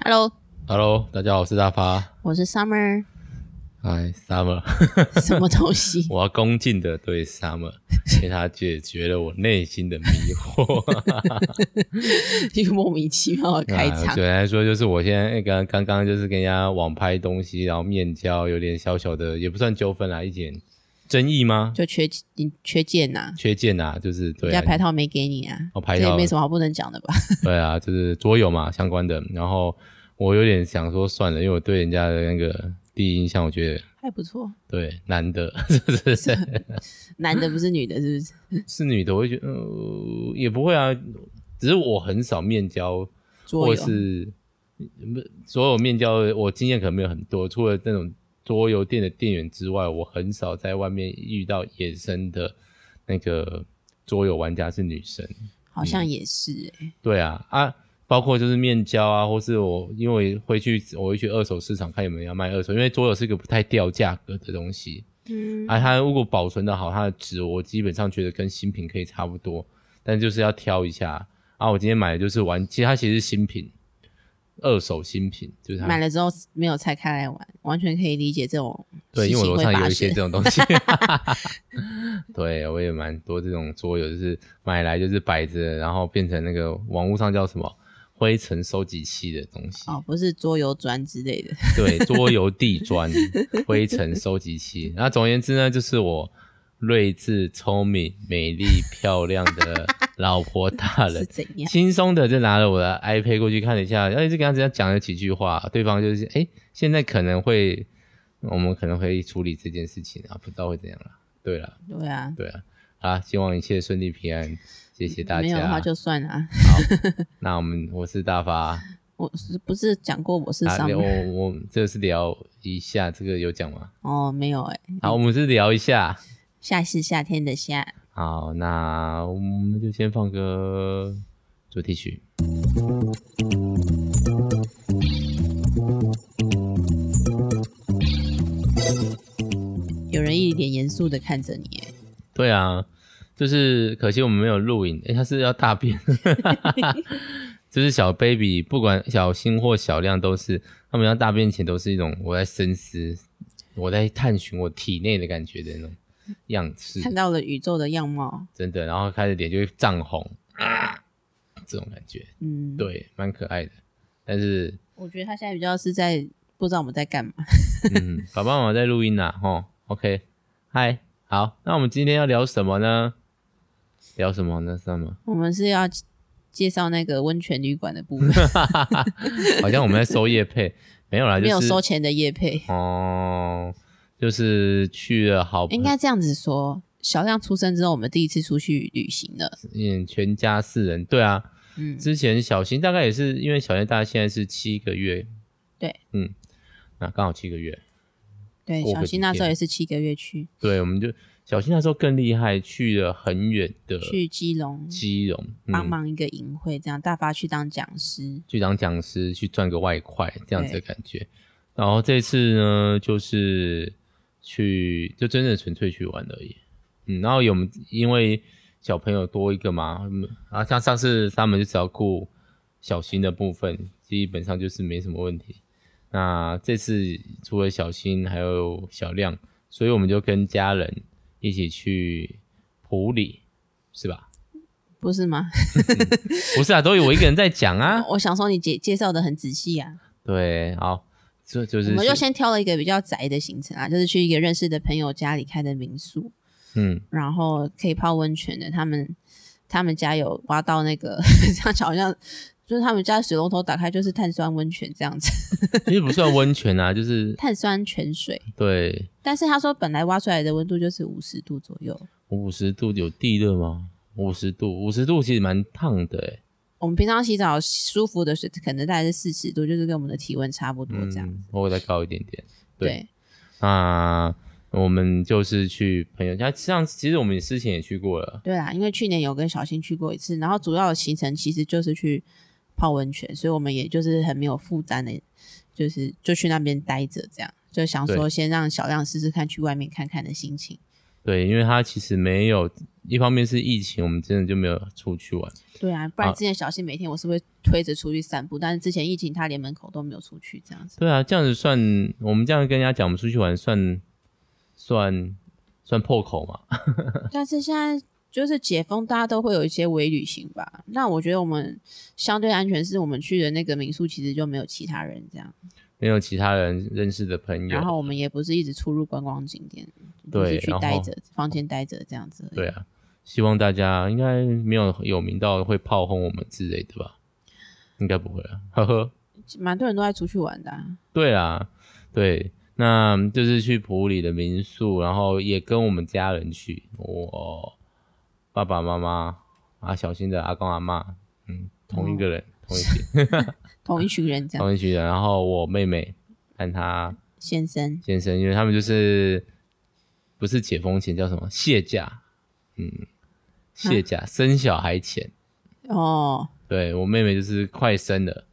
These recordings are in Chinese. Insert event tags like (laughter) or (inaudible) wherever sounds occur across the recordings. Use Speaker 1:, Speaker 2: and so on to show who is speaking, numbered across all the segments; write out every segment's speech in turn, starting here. Speaker 1: Hello，
Speaker 2: Hello，大家好，我是大发。
Speaker 1: 我是 Summer， (laughs)
Speaker 2: 嗨，Summer，
Speaker 1: 什么东
Speaker 2: (laughs)
Speaker 1: 西？
Speaker 2: 我要恭敬的
Speaker 1: (laughs)
Speaker 2: 对 Summer，给他解决了我内心的迷惑。
Speaker 1: 一个莫名其妙的 (laughs) 开
Speaker 2: 啊
Speaker 1: 场。
Speaker 2: 简单来说，就是我现在哎刚刚刚就是跟人家网拍东西，然后面交，有点小小的，也不算纠纷啦，一点争议吗？
Speaker 1: 就缺你缺件呐、啊，
Speaker 2: 缺件啊，就是对
Speaker 1: 人
Speaker 2: 啊、
Speaker 1: 家牌套没给你啊，
Speaker 2: 哦牌
Speaker 1: 这也
Speaker 2: 套
Speaker 1: 没什么好不能讲的吧？
Speaker 2: 对啊，就是桌游嘛相关的。然后我有点想说算了，因为我对人家的那个第一印象，我觉得
Speaker 1: 还不错，
Speaker 2: 对男 (laughs) 的是是
Speaker 1: 男的不是女的，是不是？
Speaker 2: 是女的，我会觉得、呃、也不会啊，只是我很少面交，
Speaker 1: 桌
Speaker 2: 或
Speaker 1: 游
Speaker 2: 是不所有面交的我经验可能没有很多，除了那种桌游店的店员之外，我很少在外面遇到野生的那个桌游玩家是女生。
Speaker 1: 好
Speaker 2: 嗯
Speaker 1: 像也是、欸，
Speaker 2: 对啊，啊，包括就是面交啊，或是我因为会去，我会去二手市场看有没有要卖二手，因为桌游是一个不太掉价格的东西。
Speaker 1: 嗯，
Speaker 2: 啊，它如果保存的好，它的值我基本上觉得跟新品可以差不多，但就是要挑一下啊。我今天买的就是玩，其实它其实是新品，二手新品，就是它
Speaker 1: 买了之后没有拆开来玩，完全可以理解这种
Speaker 2: 对，因为我楼
Speaker 1: 会
Speaker 2: 上
Speaker 1: 发
Speaker 2: 有一些
Speaker 1: 生
Speaker 2: 这。种东
Speaker 1: (laughs)
Speaker 2: 西，对我也蛮多这种桌游，就是买来就是摆着，然后变成那个网络上叫什么灰尘收集器的东西，
Speaker 1: 哦，不是桌游砖之类的，
Speaker 2: 对，桌游地砖灰尘收集器。那总而言之呢，就是我睿智、聪明、美丽、漂亮的老婆大
Speaker 1: 是
Speaker 2: 人。
Speaker 1: 怎样？
Speaker 2: 轻松的就拿了我的 iPad 过去看了一下，然哎后就跟他这样讲了几句话，对方就是哎，诶现在可能会，我们可能会处理这件事情啊，不知道会怎样啦。对啦，
Speaker 1: 对啊，
Speaker 2: 对啊，好，希望一切顺利平安，谢谢大
Speaker 1: 没有的话
Speaker 2: 家。
Speaker 1: 就算了、啊。
Speaker 2: 那我们我是大发，
Speaker 1: 我是不是讲过我是
Speaker 2: 啊，
Speaker 1: 上、
Speaker 2: 我
Speaker 1: (laughs)
Speaker 2: 我这是聊一下，这个有讲吗？
Speaker 1: 哦，没有哎、欸，
Speaker 2: (laughs) 好，我们是聊一下。
Speaker 1: 夏是夏天的夏。
Speaker 2: 好，那我们就先放个主题曲。
Speaker 1: 有人一脸严肃的看着你耶，
Speaker 2: 对啊，就是可惜我们没有录影。诶，他是要大 (laughs) 便，就是小 baby，不管小心或小量，都是他们要大便前都是一种我在深思，我在探寻我体内的感觉的那种样式，
Speaker 1: 看到了宇宙的样貌，
Speaker 2: 真的。然后开始脸就会涨红，啊，这种感觉，
Speaker 1: 嗯，，
Speaker 2: 对，蛮可爱的。但是，
Speaker 1: 我觉得他现在比较是在不知道我们在干嘛， (laughs)
Speaker 2: 嗯，爸爸妈妈在录音啦，吼，OK，嗨，好，那我们今天要聊什么呢？聊什么呢？Summer？
Speaker 1: 我们是要介绍那个温泉旅馆的
Speaker 2: (laughs)
Speaker 1: 部分，
Speaker 2: 好像我们在收业配， (laughs) 没有啦，就是
Speaker 1: 没有收钱的业配，
Speaker 2: 哦，就是去了好朋
Speaker 1: 应该这样子说。小亮出生之后，我们第一次出去旅行了，
Speaker 2: 嗯全家四人，对啊，
Speaker 1: 嗯，
Speaker 2: 之前小新大概也是因为小新大概现在是七个月，
Speaker 1: 对，
Speaker 2: 嗯，那刚好七个月，
Speaker 1: 对，
Speaker 2: 过个
Speaker 1: 小新那
Speaker 2: 几天
Speaker 1: 时候也是七个月去
Speaker 2: 对，我们就小新那时候更厉害，去了很远的
Speaker 1: 去基隆
Speaker 2: 呃基隆，
Speaker 1: 帮
Speaker 2: 嗯，
Speaker 1: 忙一个营会，这样大发去当讲师，
Speaker 2: 去当讲师去赚个外快这样子的感觉。然后这次呢，就是去就真的纯粹去玩而已。嗯，然后有因为小朋友多一个嘛，嗯啊，像上次他们就只要顾小新的部分，基本上就是没什么问题。那这次除了小新还有小亮，所以我们就跟家人一起去普里，是吧？
Speaker 1: 不是吗？
Speaker 2: 不是啊，都有我一个人在
Speaker 1: (laughs)。
Speaker 2: 讲啊
Speaker 1: 我想说你介介绍的很仔细啊，
Speaker 2: 对，好，这就是
Speaker 1: 我们就
Speaker 2: 去
Speaker 1: 先挑了一个比较宅的行程啊，就是去一个认识的朋友家里开的民宿，
Speaker 2: 嗯，
Speaker 1: 然后可以泡温泉的。他们他们家有挖到那个， (laughs) 这样好像就是他们家水龙头打开就是碳酸温泉这样子， (laughs)
Speaker 2: 其实不算温泉啊，就是
Speaker 1: 碳酸泉水。
Speaker 2: 对
Speaker 1: 但是他说本来挖出来的温度就是五十度左右，
Speaker 2: 五十度有地热吗？五十度，五十度其实蛮烫的欸诶、
Speaker 1: 我们平常洗澡舒服的水可能大概是四十度，就是跟我们的体温差不多哦这样。
Speaker 2: 嗯，或者再高一点点。对
Speaker 1: 对，
Speaker 2: 那我们就是去朋友家，像其实我们之前也去过了，
Speaker 1: 对啦，因为去年有跟小新去过一次，然后主要的行程其实就是去泡温泉，所以我们也就是很没有负担的，就是就去那边待着，这样就想说
Speaker 2: 对
Speaker 1: 先让小亮试试看去外面看看的心情。
Speaker 2: 对，因为它其实没有，一方面是疫情，我们真的就没有出去玩。
Speaker 1: 对啊，不然之前小新每天我是会推着出去散步，但是之前疫情他连门口都没有出去，这样
Speaker 2: (laughs)
Speaker 1: 子。
Speaker 2: 对啊，这样子算我们这样跟人家讲，我们出去玩算算算破口嘛？
Speaker 1: 但是现在就是解封，大家都会有一些微旅行吧。那我觉得我们相对安全，是我们去的那个民宿其实就没有其他人这样，
Speaker 2: 没有其他人认识的朋友
Speaker 1: 然。后我们也不是一直出入观光景点，就
Speaker 2: 对
Speaker 1: 是去
Speaker 2: 然后
Speaker 1: 待着房间待着这样子。
Speaker 2: 对，啊，希望大家应该没有有名到会炮轰我们之类的吧？应该不会啊，呵呵。
Speaker 1: 蛮多人都爱出去玩的、啊。
Speaker 2: 对啦，对，那就是去普里的民宿，然后也跟我们家人去，我爸爸妈妈啊，小新的阿公阿妈，嗯，同一个人，同一群，
Speaker 1: 同一群人这样，
Speaker 2: 同一群人，然后我妹妹和她
Speaker 1: 先生
Speaker 2: 先生，因为他们就是不是解封前叫什么卸甲，嗯，卸甲生小孩前，
Speaker 1: 哦，
Speaker 2: 对我妹妹就是快生了。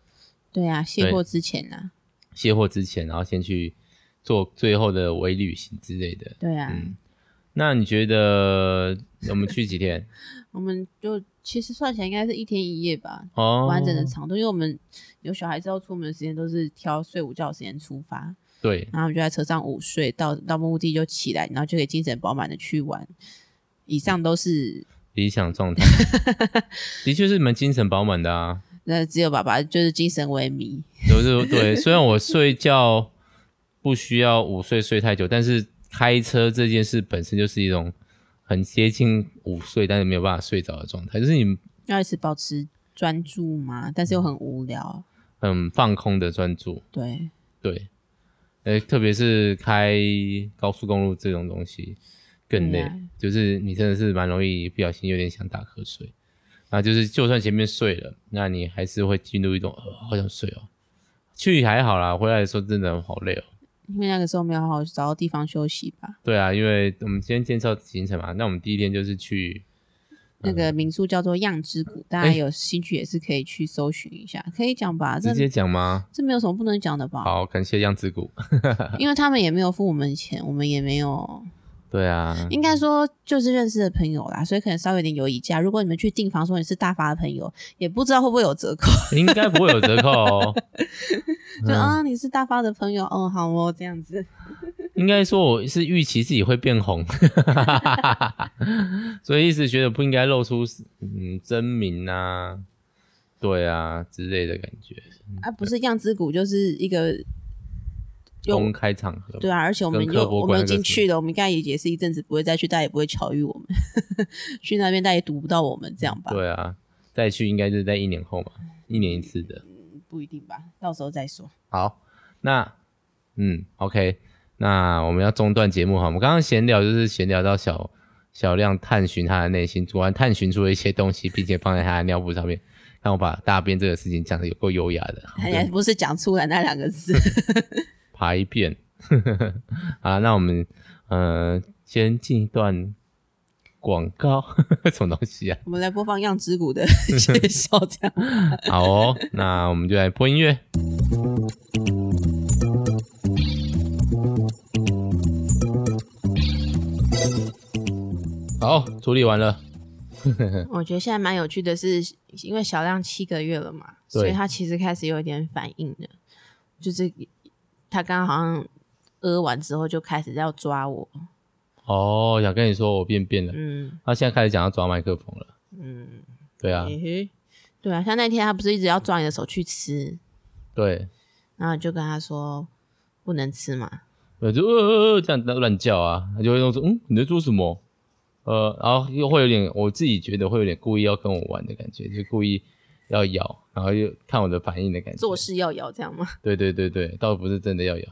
Speaker 1: 对啊，卸
Speaker 2: 对
Speaker 1: 货之前啊，
Speaker 2: 卸货之前，然后先去做最后的微旅行之类的，
Speaker 1: 对啊，
Speaker 2: 嗯那你觉得我们去几
Speaker 1: (laughs)
Speaker 2: 天？
Speaker 1: 我们就其实算起来应该是一天一夜吧，
Speaker 2: 哦，
Speaker 1: 完整的长度，因为我们有小孩之后出门的时间都是挑睡午觉的时间出发，
Speaker 2: 对
Speaker 1: 然后我们就在车上午睡，到到目的地就起来，然后就可以精神饱满的去玩。以上都是
Speaker 2: 理想状态，的确是蛮精神饱满的啊。
Speaker 1: 那只有爸爸就是精神萎靡，
Speaker 2: 就是对，虽然我睡觉不需要午睡睡太久，但是开车这件事本身就是一种很接近午睡，但是没有办法睡着的状态，就是你
Speaker 1: 要一直保持专注嘛，但是又很无聊，
Speaker 2: 很放空的专注。
Speaker 1: 对，
Speaker 2: 对，呃，特别是开高速公路这种东西更累，
Speaker 1: 对啊
Speaker 2: 就是你真的是蛮容易不小心有点想打瞌睡，那就是就算前面睡了，那你还是会进入一种、呃、好想睡哦。去还好啦，回来的时候真的好累哦。
Speaker 1: 因为那个时候没有好好找到地方休息吧。
Speaker 2: 对啊，因为我们今天介绍行程嘛，那我们第一天就是去嗯
Speaker 1: 那个民宿叫做样之谷，大家有兴趣也是可以去搜寻一下，可以讲吧？这
Speaker 2: 直接讲吗？
Speaker 1: 这没有什么不能讲的
Speaker 2: (laughs)
Speaker 1: 吧？
Speaker 2: 好，感谢样子谷。
Speaker 1: 因为他们也没有付我们钱，我们也没有，
Speaker 2: 对啊，
Speaker 1: 应该说就是认识的朋友啦，所以可能稍微有点友谊价。如果你们去订房说你是大发的朋友，也不知道会不会有折扣，
Speaker 2: 应该不会有折扣哦。嗯
Speaker 1: 就啊你是大发的朋友，哦好哦这样子，
Speaker 2: 应该说我是预期自己会变红，所以一直觉得不应该露出嗯真名啊，对啊之类的感觉，
Speaker 1: 啊不是样之谷就是一个又
Speaker 2: 公开场合。
Speaker 1: 对啊，而且我们
Speaker 2: 嗯跟
Speaker 1: 又
Speaker 2: 科博
Speaker 1: 我
Speaker 2: 馆
Speaker 1: 们
Speaker 2: 那
Speaker 1: 已经
Speaker 2: 个什
Speaker 1: 去了，我们应该也也是一阵子不会再去，大家也不会巧遇我们， (laughs) 去那边大家也堵不到我们这样吧？
Speaker 2: 对啊，再去应该就是在一年后嘛，一年一次的。
Speaker 1: 不一定吧，到时候再说。
Speaker 2: 好，那嗯，OK，那我们要中断节目哈。我们刚刚闲聊就是闲聊到小小亮探寻他的内心，突然探寻出了一些东西，并且放在他的尿布上面。让我把大便这个事情讲的有够优雅的，
Speaker 1: 哎呀，不是讲出来那两个
Speaker 2: (laughs)
Speaker 1: 字，
Speaker 2: 排便。 (laughs) 好啦，那我们呃先进一段广告， (laughs) 什么东西啊？ (laughs)
Speaker 1: 我们来播放样之谷的介绍，这样。
Speaker 2: 好哦，那我们就来播音乐。好，处理完了。嗯
Speaker 1: 我觉得现在蛮有趣的是，因为小亮七个月了嘛，
Speaker 2: 对
Speaker 1: 所以他其实开始有一点反应了，就是他刚刚好像屙完之后就开始要抓我，
Speaker 2: 哦，想跟你说我便便了。
Speaker 1: 嗯
Speaker 2: 他、现在开始讲要抓麦克风了。
Speaker 1: 嗯，
Speaker 2: 对啊，
Speaker 1: 嘿嘿对啊，像那天他不是一直要抓你的手去吃，
Speaker 2: 对，
Speaker 1: 然后你就跟他说不能吃嘛，
Speaker 2: 我就呃呃呃这样乱叫啊，他就会弄说嗯你在做什么？呃，然后又会有点我自己觉得会有点故意要跟我玩的感觉，就故意要咬，然后又看我的反应的感觉。
Speaker 1: 做事要咬这样吗？ (laughs)
Speaker 2: 对对对对，倒不是真的要咬，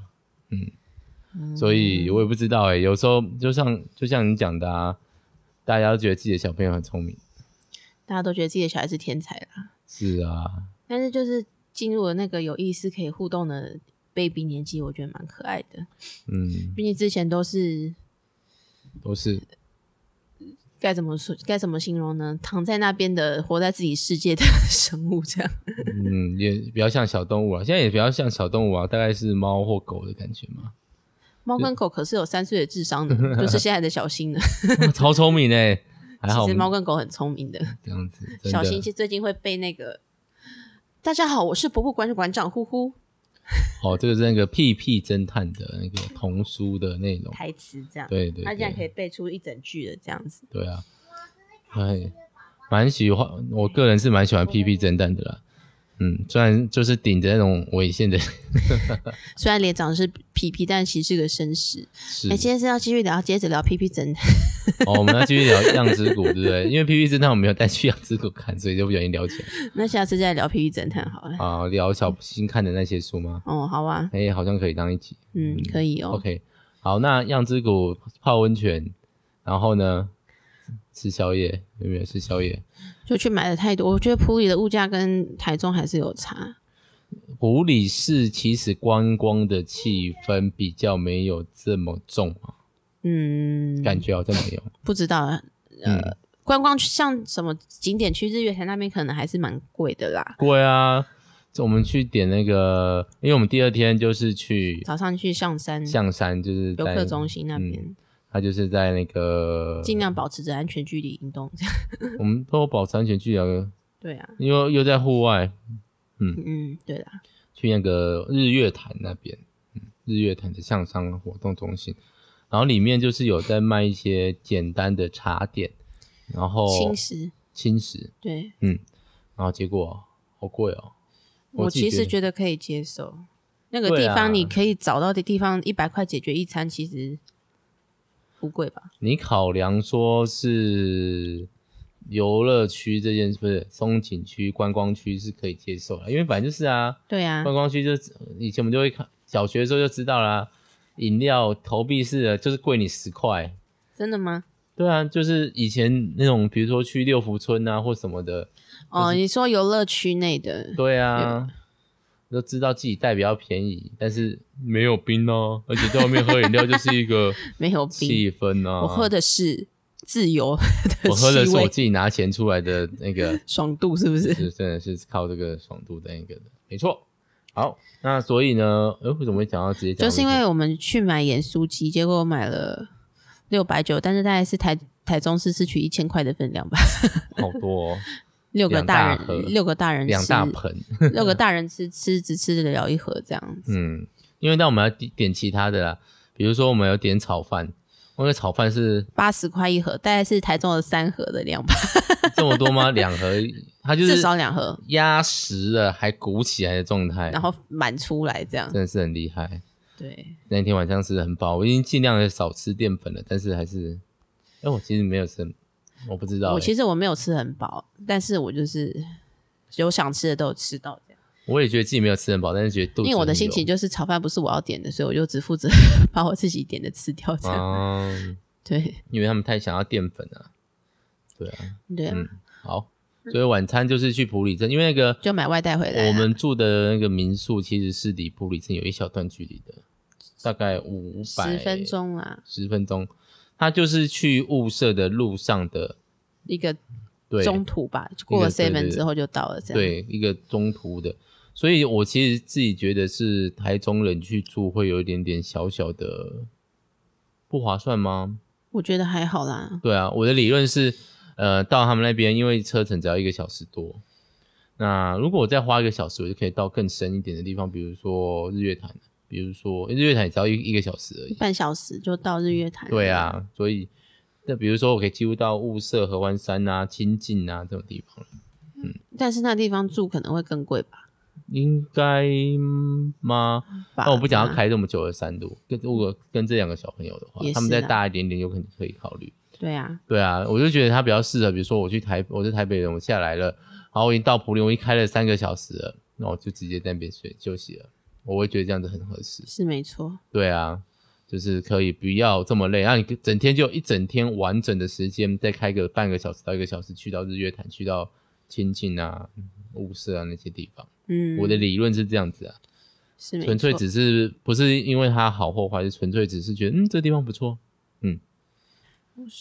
Speaker 2: 嗯，所以我也不知道哎、有时候就像就像你讲的啊，大家都觉得自己的小朋友很聪明，
Speaker 1: 大家都觉得自己的小孩是天才啦。
Speaker 2: 是啊，
Speaker 1: 但是就是进入了那个有意思可以互动的 baby 年纪，我觉得蛮可爱的。
Speaker 2: 嗯，
Speaker 1: 毕竟之前都是
Speaker 2: 都是
Speaker 1: 该怎么说，该怎么形容呢？躺在那边的，活在自己世界的 (laughs) 生物，这样。(laughs)
Speaker 2: 嗯，也比较像小动物啊，现在也比较像小动物啊，大概是猫或狗的感觉嘛，
Speaker 1: 猫跟狗可是有三岁的智商的，就是现在的小新呢。
Speaker 2: 哇超聪明哎，还好我
Speaker 1: 其实
Speaker 2: 们
Speaker 1: 猫跟狗很聪明的，
Speaker 2: 这样子，真的
Speaker 1: 小新其实最近会被那个。大家好，我是博物馆馆长呼呼
Speaker 2: 哦，这个是那个屁屁侦探的那个童书的内容，
Speaker 1: 台词这样，
Speaker 2: 对对
Speaker 1: 他竟然可
Speaker 2: 对，
Speaker 1: 以背出一整句的这样子。
Speaker 2: 对啊，哎，蛮喜欢，我个人是蛮喜欢屁屁侦探的啦。嗯，虽然就是顶着那种违宪的
Speaker 1: 虽然脸长得是皮皮，但其实是个绅士。
Speaker 2: 事
Speaker 1: 哎、，今天是要继续聊，接着聊 P P 侦探。
Speaker 2: 哦，我们要继续聊《样之谷》，对不对？因 (laughs) 为《P P 侦探》我没有带去《样之谷》看，所以就不小心聊起来
Speaker 1: (laughs) 那下次再聊 P P 侦探好了。
Speaker 2: 啊。聊小新看的那些书吗？
Speaker 1: 哦，好啊，
Speaker 2: 哎、好像可以当一集。
Speaker 1: 嗯，可以哦。
Speaker 2: OK，好，那《样之谷》泡温泉，然后呢，吃宵夜，有没有吃宵夜？
Speaker 1: 就去买的太多，我觉得普里的物价跟台中还是有差。
Speaker 2: 普里市其实观光的气氛比较没有这么重啊，
Speaker 1: 嗯，
Speaker 2: 感觉好嗯
Speaker 1: (laughs)
Speaker 2: 像没有。
Speaker 1: 不知道啊，呃，观光区像什么景点区，日月潭那边可能还是蛮贵的啦。
Speaker 2: 贵啊，这我们去点那个，因为我们第二天就是去
Speaker 1: 早上去象山
Speaker 2: 象山，嗯就是
Speaker 1: 游
Speaker 2: 在
Speaker 1: 客中心那边，
Speaker 2: 它就是在那个，
Speaker 1: 尽量保持着安全距离运动。这样
Speaker 2: 我们都保持安全距离啊，
Speaker 1: (laughs) 对啊，
Speaker 2: 因为又在户外，
Speaker 1: 嗯，对啦，
Speaker 2: 去那个日月潭那边，嗯，日月潭的象山活动中心，然后里面就是有在卖一些简单的茶点，然后
Speaker 1: 轻食
Speaker 2: 轻食，
Speaker 1: 对。
Speaker 2: 然后结果好贵哦，
Speaker 1: 我
Speaker 2: 自
Speaker 1: 其
Speaker 2: 己
Speaker 1: 实
Speaker 2: 觉
Speaker 1: 觉得可以接受，那个
Speaker 2: 对
Speaker 1: 地
Speaker 2: 啊
Speaker 1: 方你可以找到的地方，一百块解决一餐，其实不贵吧？
Speaker 2: 你考量说是游乐区这件事，不是松景区观光区是可以接受的，因为反正就是啊，
Speaker 1: 对啊，
Speaker 2: 观光区就以前我们就会看小学的时候就知道啦，饮料投币式的就是贵你十块。
Speaker 1: 真的吗？
Speaker 2: 对啊，就是以前那种，比如说去六福村啊或什么的，
Speaker 1: 哦，你说游乐区内的，
Speaker 2: 对啊，都知道自己带比较便宜，但是没有冰哦、而且在外面喝饮料就是一个 (laughs)
Speaker 1: 没有冰，
Speaker 2: 气氛哦、
Speaker 1: 我喝的是自由的
Speaker 2: (laughs) 我喝的
Speaker 1: 气
Speaker 2: 是我
Speaker 1: 味，
Speaker 2: 自己拿钱出来的那个，
Speaker 1: 爽度是不是？
Speaker 2: 是真的是靠这个爽度的那个的，没错。好，那所以呢，呃，为什么会讲到直接讲
Speaker 1: 就
Speaker 2: 到这个？
Speaker 1: 是因为我们去买盐酥鸡，结果买了六百九，但是大概是台台中市市区一千块的分量吧，
Speaker 2: 好多、哦、
Speaker 1: (laughs) 六个
Speaker 2: 两大盒
Speaker 1: 人，六个大人
Speaker 2: 两
Speaker 1: 吃，
Speaker 2: 大盆，
Speaker 1: 六个大人吃吃只吃得了一盒这样子。
Speaker 2: 嗯，因为那我们要点点其他的啦，比如说我们有点炒饭，我那个炒饭是
Speaker 1: 八十块一盒，大概是台中的三盒的量吧，
Speaker 2: 这么多吗？ (laughs) 两盒，它就
Speaker 1: (laughs)
Speaker 2: 是
Speaker 1: 至少两盒，
Speaker 2: 压实了还鼓起来的状态，
Speaker 1: 然后满出来这样。
Speaker 2: 真的是很厉害。
Speaker 1: 对，
Speaker 2: 那天晚上吃的很饱，我已经尽量的少吃淀粉了，但是还是，哎、我其实没有吃很，我不知道、
Speaker 1: 我
Speaker 2: 欸，
Speaker 1: 其实我没有吃很饱，但是我就是有想吃的都有吃到这样。
Speaker 2: 我也觉得自己没有吃很饱，但是觉得肚子
Speaker 1: 因为我的
Speaker 2: 很
Speaker 1: 心
Speaker 2: 油
Speaker 1: 情就是炒饭不是我要点的，所以我就只负责 (laughs) 把我自己点的吃掉这样。
Speaker 2: 嗯，
Speaker 1: (laughs) 对
Speaker 2: 因为他们太想要淀粉了、对啊，
Speaker 1: 对啊、
Speaker 2: 嗯，好，所以晚餐就是去普里镇，因为那个
Speaker 1: 就买外带回来啊。
Speaker 2: 我们住的那个民宿其实是离普里镇有一小段距离的，大概五百
Speaker 1: 十分，钟啊啦，
Speaker 2: 十分钟，它就是去雾社的路上的，
Speaker 1: 一个
Speaker 2: 对，
Speaker 1: 中途吧，过
Speaker 2: 一
Speaker 1: 了
Speaker 2: 个对
Speaker 1: seven
Speaker 2: 对
Speaker 1: 之后就到了这样。，
Speaker 2: 对，一个中途的。所以我其实自己觉得是台中人去住会有一点点小小的不划算吗？
Speaker 1: 我觉得还好啦。
Speaker 2: 对啊，我的理论是，呃，到他们那边，因为车程只要一个小时多，那如果我再花一个小时，我就可以到更深一点的地方，比如说日月潭，比如说诶日月潭也只要一一个小时而已。
Speaker 1: 半小时就到日月潭。
Speaker 2: 对，啊，所以那比如说我可以进入到雾社、合欢山啊、清境啊这种地方了，
Speaker 1: 但是那地方住可能会更贵吧？
Speaker 2: 应该吗？
Speaker 1: 吧
Speaker 2: 那我不想要。开这么久的山路，跟如果跟这两个小朋友的话
Speaker 1: 也，
Speaker 2: 他们
Speaker 1: 是
Speaker 2: 再
Speaker 1: 啊
Speaker 2: 大一点点，有可能可以考虑。
Speaker 1: 对啊，
Speaker 2: 对啊，我就觉得他比较适合，比如说我去台，我是台北人，我下来了，然后我已经到普林，我已经开了三个小时了，那我就直接在那边睡休息了，我会觉得这样子很合适。
Speaker 1: 是没错。
Speaker 2: 对啊，就是可以不要这么累，让你整天就一整天完整的时间，再开个半个小时到一个小时，去到日月潭，去到清境啊、雾社啊那些地方。
Speaker 1: 嗯，
Speaker 2: 我的理论是这样子啊，
Speaker 1: 是没
Speaker 2: 纯粹
Speaker 1: 错
Speaker 2: 只是不是因为它好或坏，是纯粹只是觉得嗯这地方不错，嗯，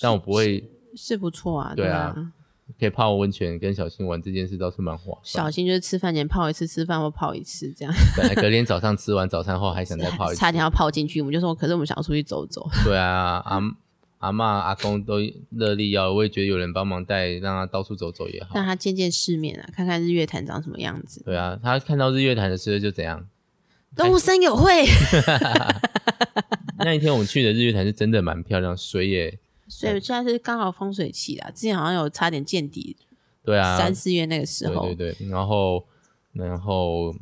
Speaker 2: 但我不会
Speaker 1: 是不错啊，
Speaker 2: 对啊
Speaker 1: 啊，
Speaker 2: 可以泡温泉跟小新玩这件事倒是蛮划算
Speaker 1: 小
Speaker 2: 的。
Speaker 1: 心就是吃饭前泡一次，吃饭后泡一次，这样
Speaker 2: 本来隔天早上吃完早餐后还想
Speaker 1: 啊
Speaker 2: 再泡一次，
Speaker 1: 差点要泡进去。我们就说，可是我们想要出去走走，
Speaker 2: 对啊，阿阿嬷阿公都热力要，我也觉得有人帮忙带，让他到处走走也好
Speaker 1: 让。他见见世面啊，看看日月潭长什么样子。
Speaker 2: 对啊，他看到日月潭的时候就怎样？呃
Speaker 1: 动
Speaker 2: 哎
Speaker 1: 物森友
Speaker 2: (laughs)
Speaker 1: 会，
Speaker 2: 那一天我们去的日月潭是真的蛮漂亮，水也
Speaker 1: 所以现在是刚好风水期啦。之前好像有差点见底，
Speaker 2: 对
Speaker 1: (laughs)
Speaker 2: 啊，
Speaker 1: 三四月那个时候，
Speaker 2: 对对对，然后然后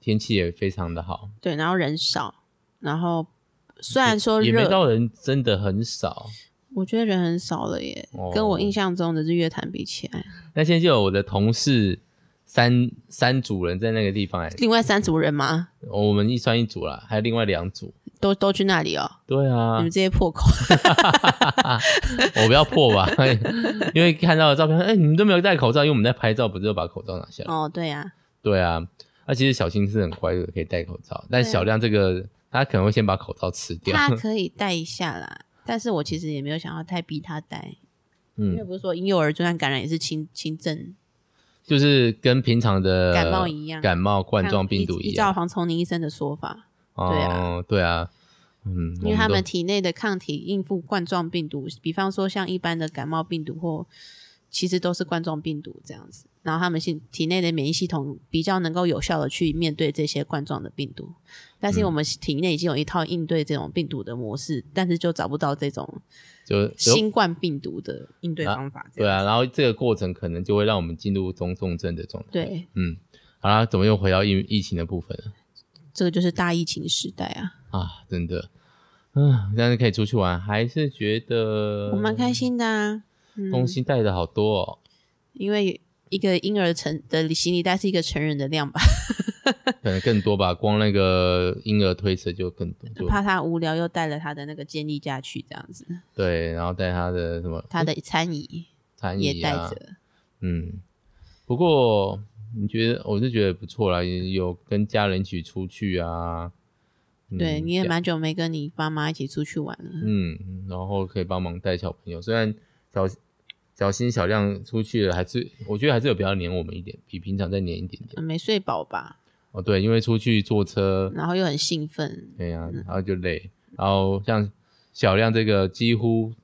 Speaker 2: 天气也非常的好，
Speaker 1: 对，然后人少，然后虽然说
Speaker 2: 也没
Speaker 1: 热，
Speaker 2: 到人真的很少。
Speaker 1: 我觉得人很少了耶，
Speaker 2: 哦
Speaker 1: 跟我印象中的日月潭比起来，
Speaker 2: 那天就有我的同事三三组人在那个地方哎、
Speaker 1: 另外三组人嘛，
Speaker 2: 我们一算一组啦，还有另外两组。
Speaker 1: 都都去那里哦，
Speaker 2: 对啊
Speaker 1: 你们，这些破口，
Speaker 2: (laughs) 我不要破吧，因为看到的照片，哎、你们都没有戴口罩，因为我们在拍照，不是就把口罩拿下来？
Speaker 1: 哦，对
Speaker 2: (laughs)
Speaker 1: 呀、
Speaker 2: 对啊，那、其实小新是很乖的，可以戴口罩，但
Speaker 1: 对啊
Speaker 2: 小亮这个他可能会先把口罩吃掉。
Speaker 1: 他可以带一下啦，但是我其实也没有想要太逼他带，因为
Speaker 2: (laughs) 嗯，
Speaker 1: 不是说婴幼儿就算感染也是轻轻症
Speaker 2: 就是跟平常的
Speaker 1: 感冒一样
Speaker 2: 感冒冠状病毒一
Speaker 1: 依照
Speaker 2: 样。
Speaker 1: 黄崇宁医生的说法，对啊
Speaker 2: 哦，对啊，嗯，
Speaker 1: 因为他
Speaker 2: 我
Speaker 1: 们
Speaker 2: 都
Speaker 1: 体内的抗体应付冠状病毒，比方说像一般的感冒病毒或其实都是冠状病毒这样子，然后他们体体内的免疫系统比较能够有效的去面对这些冠状的病毒，但是
Speaker 2: 嗯
Speaker 1: 因为我们体内已经有一套应对这种病毒的模式，但是就找不到这种
Speaker 2: 就有
Speaker 1: 新冠病毒的应对方法这
Speaker 2: 对
Speaker 1: 样
Speaker 2: 啊，然后这个过程可能就会让我们进入中重症的状态。
Speaker 1: 对，
Speaker 2: 嗯，好啦，怎么又回到疫疫情的部分了
Speaker 1: 这个就是大疫情时代啊，
Speaker 2: 啊？真的，嗯，但是可以出去玩，还是觉得
Speaker 1: 我蛮开心的啊，嗯
Speaker 2: 东西带的好多哦。
Speaker 1: 因为一个婴儿成的行李袋是一个成人的量吧。
Speaker 2: 可能更多吧，光那个婴儿推车就更多，就
Speaker 1: 怕他无聊，又带了他的那个监利架去，这样子，
Speaker 2: 对，然后带他的什么
Speaker 1: 他的餐椅
Speaker 2: 餐
Speaker 1: 也
Speaker 2: 椅
Speaker 1: 带
Speaker 2: 啊，
Speaker 1: 着。
Speaker 2: 嗯，不过你觉得我是觉得不错啦，也有跟家人一起出去啊，嗯
Speaker 1: 对，你也蛮久没跟你爸妈一起出去玩了。
Speaker 2: 嗯，然后可以帮忙带小朋友，虽然小小新小亮出去了，还是我觉得还是有比较黏我们一点，比平常再黏一点点
Speaker 1: 没睡饱吧，
Speaker 2: 哦，对，因为出去坐车，
Speaker 1: 然后又很兴奋，，
Speaker 2: 对呀、然后就累，然后像小亮这个几乎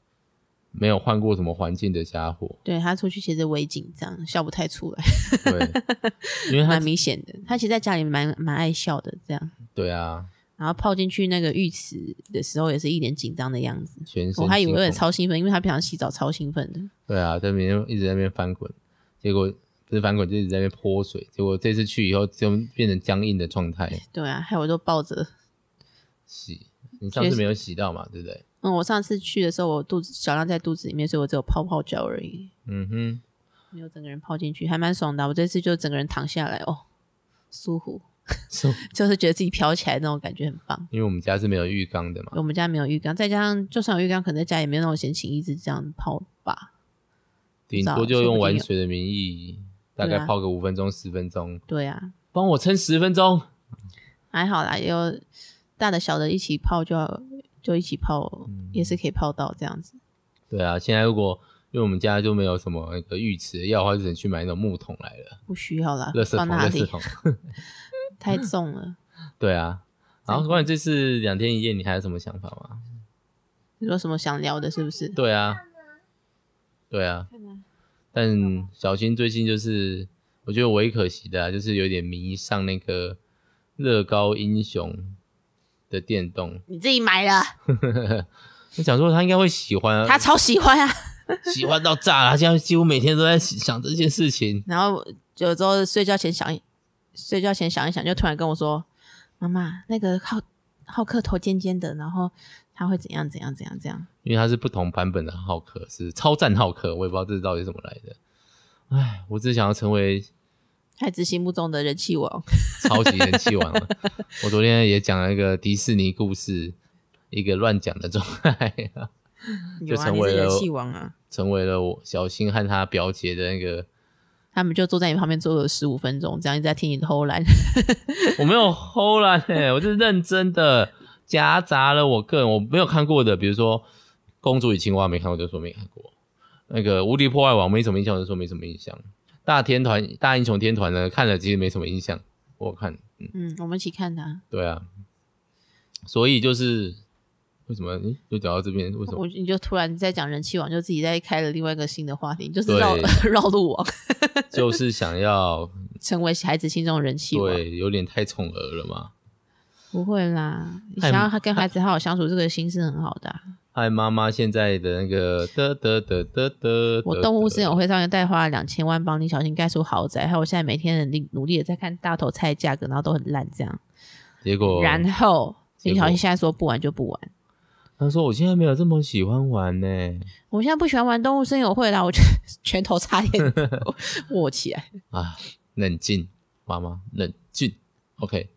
Speaker 2: 没有换过什么环境的家伙
Speaker 1: 对他出去其实我也紧张，笑不太出来，
Speaker 2: 对，
Speaker 1: (laughs)
Speaker 2: 因为他
Speaker 1: 蛮明显的。他其实在家里蛮蛮爱笑的，这样。
Speaker 2: 对啊，
Speaker 1: 然后泡进去那个浴池的时候，也是一脸紧张的样子。
Speaker 2: 全身
Speaker 1: 我还以为
Speaker 2: 心
Speaker 1: 我也
Speaker 2: 痛
Speaker 1: 超兴奋，因为他平常洗澡超兴奋的。
Speaker 2: 对啊，在那边一直在那边翻滚，结果不是翻滚，就一直在那边泼水。结果这次去以后就变成僵硬的状态，
Speaker 1: 对啊，还有我都抱着。
Speaker 2: 洗。你上次没有洗到嘛，对不对？
Speaker 1: 嗯，我上次去的时候，我肚子小浪在肚子里面，所以我只有泡泡脚而已。
Speaker 2: 嗯哼，
Speaker 1: 没有整个人泡进去，还蛮爽的啊。我这次就整个人躺下来，哦，舒服，
Speaker 2: 是
Speaker 1: 就是觉得自己飘起来那种感觉很棒。
Speaker 2: (laughs) 因为我们家是没有浴缸的嘛，
Speaker 1: 我们家没有浴缸，再加上就算有浴缸，可能在家也没有那种闲情逸致这样泡吧。
Speaker 2: 顶
Speaker 1: 知道
Speaker 2: 多就用玩
Speaker 1: 说不
Speaker 2: 水的名义，大
Speaker 1: 对
Speaker 2: 概
Speaker 1: 啊
Speaker 2: 泡个五分钟、十分钟，
Speaker 1: 对啊，
Speaker 2: 帮我撑十分钟。
Speaker 1: 还好啦，有大的小的一起泡就要就一起泡，
Speaker 2: 嗯
Speaker 1: 也是可以泡到这样子。
Speaker 2: 对啊，现在如果因为我们家就没有什么那个浴池，要的话就只能去买那种木桶来了，
Speaker 1: 不需要啦
Speaker 2: 垃，圾
Speaker 1: 啊放
Speaker 2: 桶、
Speaker 1: 那
Speaker 2: 垃
Speaker 1: 里
Speaker 2: 圾桶。
Speaker 1: 太重了。(laughs)
Speaker 2: 对啊，然后关于这次两天一夜，你还有什么想法吗？
Speaker 1: 你说什么想聊的，是不是？
Speaker 2: 对啊，对啊。但小新最近就是，我觉得唯一可惜的、啊、就是有点迷上那个乐高英雄的电动。 (laughs)
Speaker 1: 你自己买了，
Speaker 2: 我想说他应该会喜欢啊，
Speaker 1: 他超喜欢啊。 (laughs)
Speaker 2: 喜欢到炸了。他现在几乎每天都在想这件事情。
Speaker 1: 然后有时候睡觉前想一，睡觉前想一想，就突然跟我说：“妈妈，那个浩浩克头尖尖的，然后他会怎样怎样怎样怎样。
Speaker 2: 因为它是不同版本的浩克，是超战浩克，我也不知道这到底是怎么来的。唉，我只想要成为”
Speaker 1: 孩子心目中的人气王，
Speaker 2: 超级人气王了。我昨天也讲了一个迪士尼故事，一个乱讲的状态，就
Speaker 1: 有啊，
Speaker 2: 成
Speaker 1: 你
Speaker 2: 为
Speaker 1: 是
Speaker 2: 了
Speaker 1: 人气王啊！
Speaker 2: 成为了我小新和他表姐的那个。
Speaker 1: 他们就坐在你旁边坐了十五分钟，这样一直在听你偷懒。
Speaker 2: (laughs) 我没有
Speaker 1: (laughs)
Speaker 2: 偷懒哎，我是认真的，夹杂了我个人我没有看过的，比如说《公主与青蛙》没看过就说没看过，那个无敌破坏王没什么印象，我就说没什么印象。大天团大英雄天团呢，看了其实没什么印象，我看，嗯，
Speaker 1: (laughs) 嗯，我们一起看的。
Speaker 2: 对啊，所以就是为什么诶就讲到这边？为
Speaker 1: (laughs)
Speaker 2: 什么？
Speaker 1: 我你就突然在讲人气王，就自己在开了另外一个新的话题，就是
Speaker 2: 对
Speaker 1: 绕 (laughs) 绕路王，
Speaker 2: 就是
Speaker 1: (laughs)
Speaker 2: 想要
Speaker 1: 成为孩子心中的人气王。
Speaker 2: 对，有点太宠儿了嘛，
Speaker 1: 不会啦，你
Speaker 2: 太
Speaker 1: 想要他跟孩子好好相处，这个心是很好的啊、
Speaker 2: 害妈妈现在的那个得得得得得，
Speaker 1: 我动物之友会上面带花了两千万帮林小新盖出豪宅，还有我现在每天很努努力的在看大头菜价格，然后都很烂这样。
Speaker 2: 结果
Speaker 1: 然后
Speaker 2: 哦结
Speaker 1: 林
Speaker 2: 果
Speaker 1: 小新现在说不玩就不玩，
Speaker 2: 他说我现在没有这么喜欢玩呢、
Speaker 1: 我现在不喜欢玩动物森友会啦，我就拳头差点握起来。
Speaker 2: 啊，冷静，妈妈冷静，OK。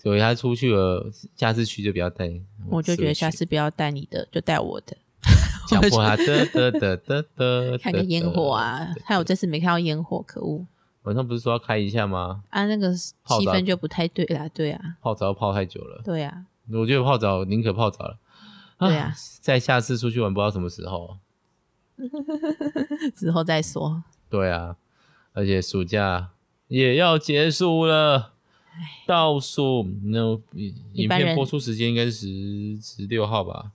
Speaker 2: 所以他出去了，下次去就不要带。
Speaker 1: 我就觉得下
Speaker 2: 次
Speaker 1: 次不要带你的，就带我的，
Speaker 2: 强迫他得得得得得，
Speaker 1: (laughs) 看个烟火啊！还有这次没看到烟火，可恶
Speaker 2: 晚上不是说要开一下吗？
Speaker 1: 啊！那个
Speaker 2: 泡
Speaker 1: 气
Speaker 2: 澡
Speaker 1: 氛就不太对啦，对啊，
Speaker 2: 泡澡泡太久了，
Speaker 1: 对啊，
Speaker 2: 我觉得泡澡宁可泡澡了。
Speaker 1: 对啊，
Speaker 2: 在下次出去玩不知道什么时候。
Speaker 1: 之后再说。
Speaker 2: 对啊，而且暑假也要结束了，倒数那
Speaker 1: 一
Speaker 2: 影
Speaker 1: 般人
Speaker 2: 片播出时间应该是十十六号吧？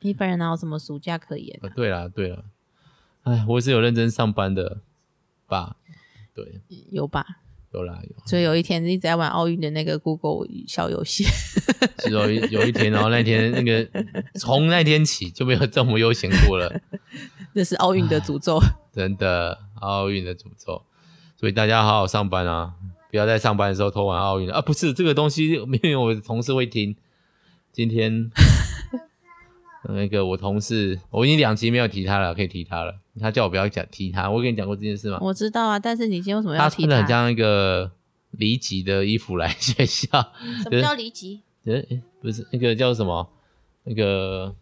Speaker 1: 一般人哪有什么暑假可言啊、
Speaker 2: 呃，对啦，对啦，哎，我是有认真上班的吧？对，
Speaker 1: 有吧？
Speaker 2: 有啦有。
Speaker 1: 所以有一天一直在玩奥运的那个 Google 小游戏， (laughs)
Speaker 2: 只有一有一天，然后那天那个从那天起就没有这么悠闲过了，
Speaker 1: 这是奥运的诅咒。
Speaker 2: 真的奥运的诅咒。所以大家好好上班啊，不要在上班的时候偷玩奥运啊！不是这个东西，因为我的同事会听。
Speaker 1: (laughs)
Speaker 2: 今天那个我同事，我已经两集没有提他了，可以提他了。他叫我不要讲提他，我跟你讲过这件事吗？
Speaker 1: 我知道啊，但是你今天为什么要
Speaker 2: 他
Speaker 1: 提
Speaker 2: 穿的很
Speaker 1: 他？
Speaker 2: 像一个离级的衣服来学校， (laughs)
Speaker 1: 什么叫离级？
Speaker 2: 呃、诶不是那个叫什么，那个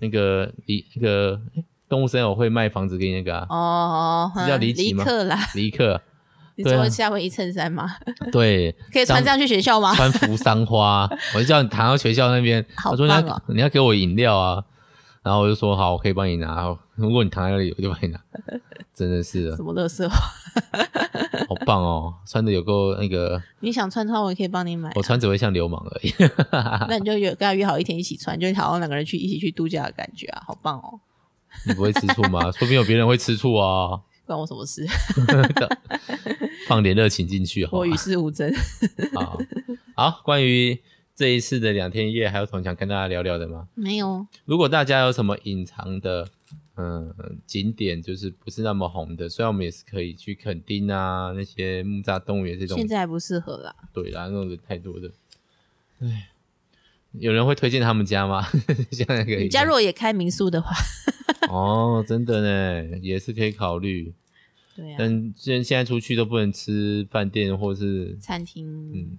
Speaker 2: 那个离那个、诶动物森友会卖房子给你那个啊，
Speaker 1: 哦，
Speaker 2: 是叫离级
Speaker 1: 离
Speaker 2: 吗
Speaker 1: 克啦！
Speaker 2: 尼克，
Speaker 1: 你
Speaker 2: 对啊
Speaker 1: 做夏威夷衬衫吗？
Speaker 2: 对，
Speaker 1: 可以穿这样去学校吗？
Speaker 2: (laughs) 穿扶桑花，我就叫你躺到学校那边，
Speaker 1: 好
Speaker 2: 他说你要、
Speaker 1: 棒哦
Speaker 2: 你要给我饮料啊，然后我就说好，我可以帮你拿，如果你躺在那里，我就帮你拿， (laughs) 真的是啊
Speaker 1: 什么乐色？
Speaker 2: 好棒哦，穿的有够那个，
Speaker 1: 你想穿的话，我也可以帮你买
Speaker 2: 我。穿只会像流氓而已。 (laughs)
Speaker 1: 那你就约跟他约好一天一起穿，就好像两个人去一起去度假的感觉啊，好棒哦！
Speaker 2: 你不会吃醋吗？说不定有别人会吃醋啊，
Speaker 1: 关我什么事？ (laughs)
Speaker 2: 放点热情进去好
Speaker 1: 我
Speaker 2: 吗
Speaker 1: 与？世无争。
Speaker 2: 好好，关于这一次的两天一夜，还有什么想跟大家聊聊的吗？
Speaker 1: 没有，
Speaker 2: 如果大家有什么隐藏的嗯景点，就是不是那么红的，虽然我们也是可以去垦丁啊，那些木栅动物园这种
Speaker 1: 现，在还不适合啦。
Speaker 2: 对啦，那种人太多的，唉。有人会推荐他们家吗？ (laughs) 像那个
Speaker 1: 你家如果也开民宿的话，
Speaker 2: 哦，真的呢，也是可以考虑。
Speaker 1: 对啊，
Speaker 2: 但现现在出去都不能吃饭店或是
Speaker 1: 餐
Speaker 2: 嗯
Speaker 1: 厅，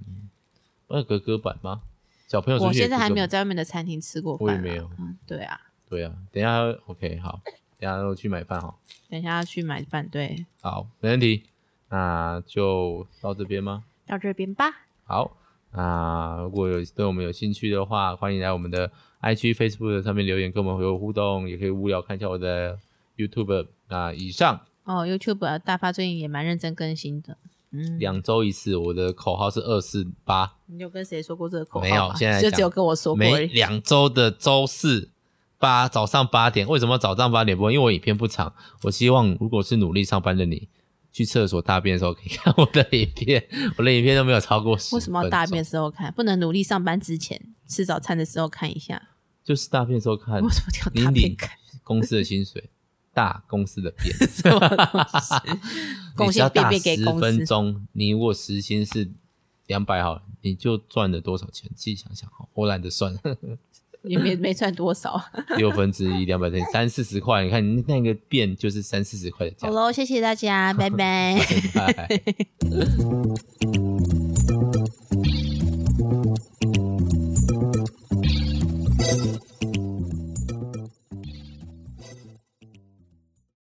Speaker 2: 那格格版吗？小朋友出
Speaker 1: 我
Speaker 2: 去也
Speaker 1: 现在
Speaker 2: 格格
Speaker 1: 还没有
Speaker 2: 版
Speaker 1: 在外面的餐厅吃过
Speaker 2: 我也
Speaker 1: 饭啊。
Speaker 2: 没有
Speaker 1: 嗯，对啊，
Speaker 2: 对啊，等一下 OK 好，等一下我去买饭哈。
Speaker 1: 等一下要去买饭，对，
Speaker 2: 好，没问题，那就到这边吗？
Speaker 1: 到这边吧。
Speaker 2: 好，那如果有对我们有兴趣的话，欢迎来我们的 IG、Facebook 上面留言，跟我们有互动，也可以无聊看一下我的 YouTube。那以上
Speaker 1: 哦，YouTube 大发最近也蛮认真更新的。嗯，
Speaker 2: 两周一次，我的口号是二四八，
Speaker 1: 你有跟谁说过这个口号吗？
Speaker 2: 没有现在
Speaker 1: 就
Speaker 2: 讲
Speaker 1: 只有跟我说过而
Speaker 2: 每
Speaker 1: 已。
Speaker 2: 两周的周四八早上八点。为什么早上八点播？因为我影片不长，我希望如果是努力上班的你，去厕所大便的时候可以看我的影片，我的影片都没有超过十。
Speaker 1: 为什么要大便？时候看？不能努力上班之前吃早餐的时候看一下？ (laughs)
Speaker 2: 就是大便的时候看
Speaker 1: 为什么要
Speaker 2: 你
Speaker 1: 大便
Speaker 2: 领
Speaker 1: 看？ (laughs)
Speaker 2: 公司的薪水，大公司的便，
Speaker 1: 什么东西？贡
Speaker 2: 你只要
Speaker 1: 献便
Speaker 2: 大
Speaker 1: 便
Speaker 2: 十
Speaker 1: 给公
Speaker 2: 分
Speaker 1: 司。
Speaker 2: 钟，你如果时薪是两百好了，你就赚了多少钱？自己想想好，我懒得算。
Speaker 1: 也没没赚多少。
Speaker 2: (laughs) 六分之一，两百乘以三四十块，你看你那个变就是三四十块的价 (laughs)
Speaker 1: 好。喽，谢谢大家，拜拜。
Speaker 2: 拜拜。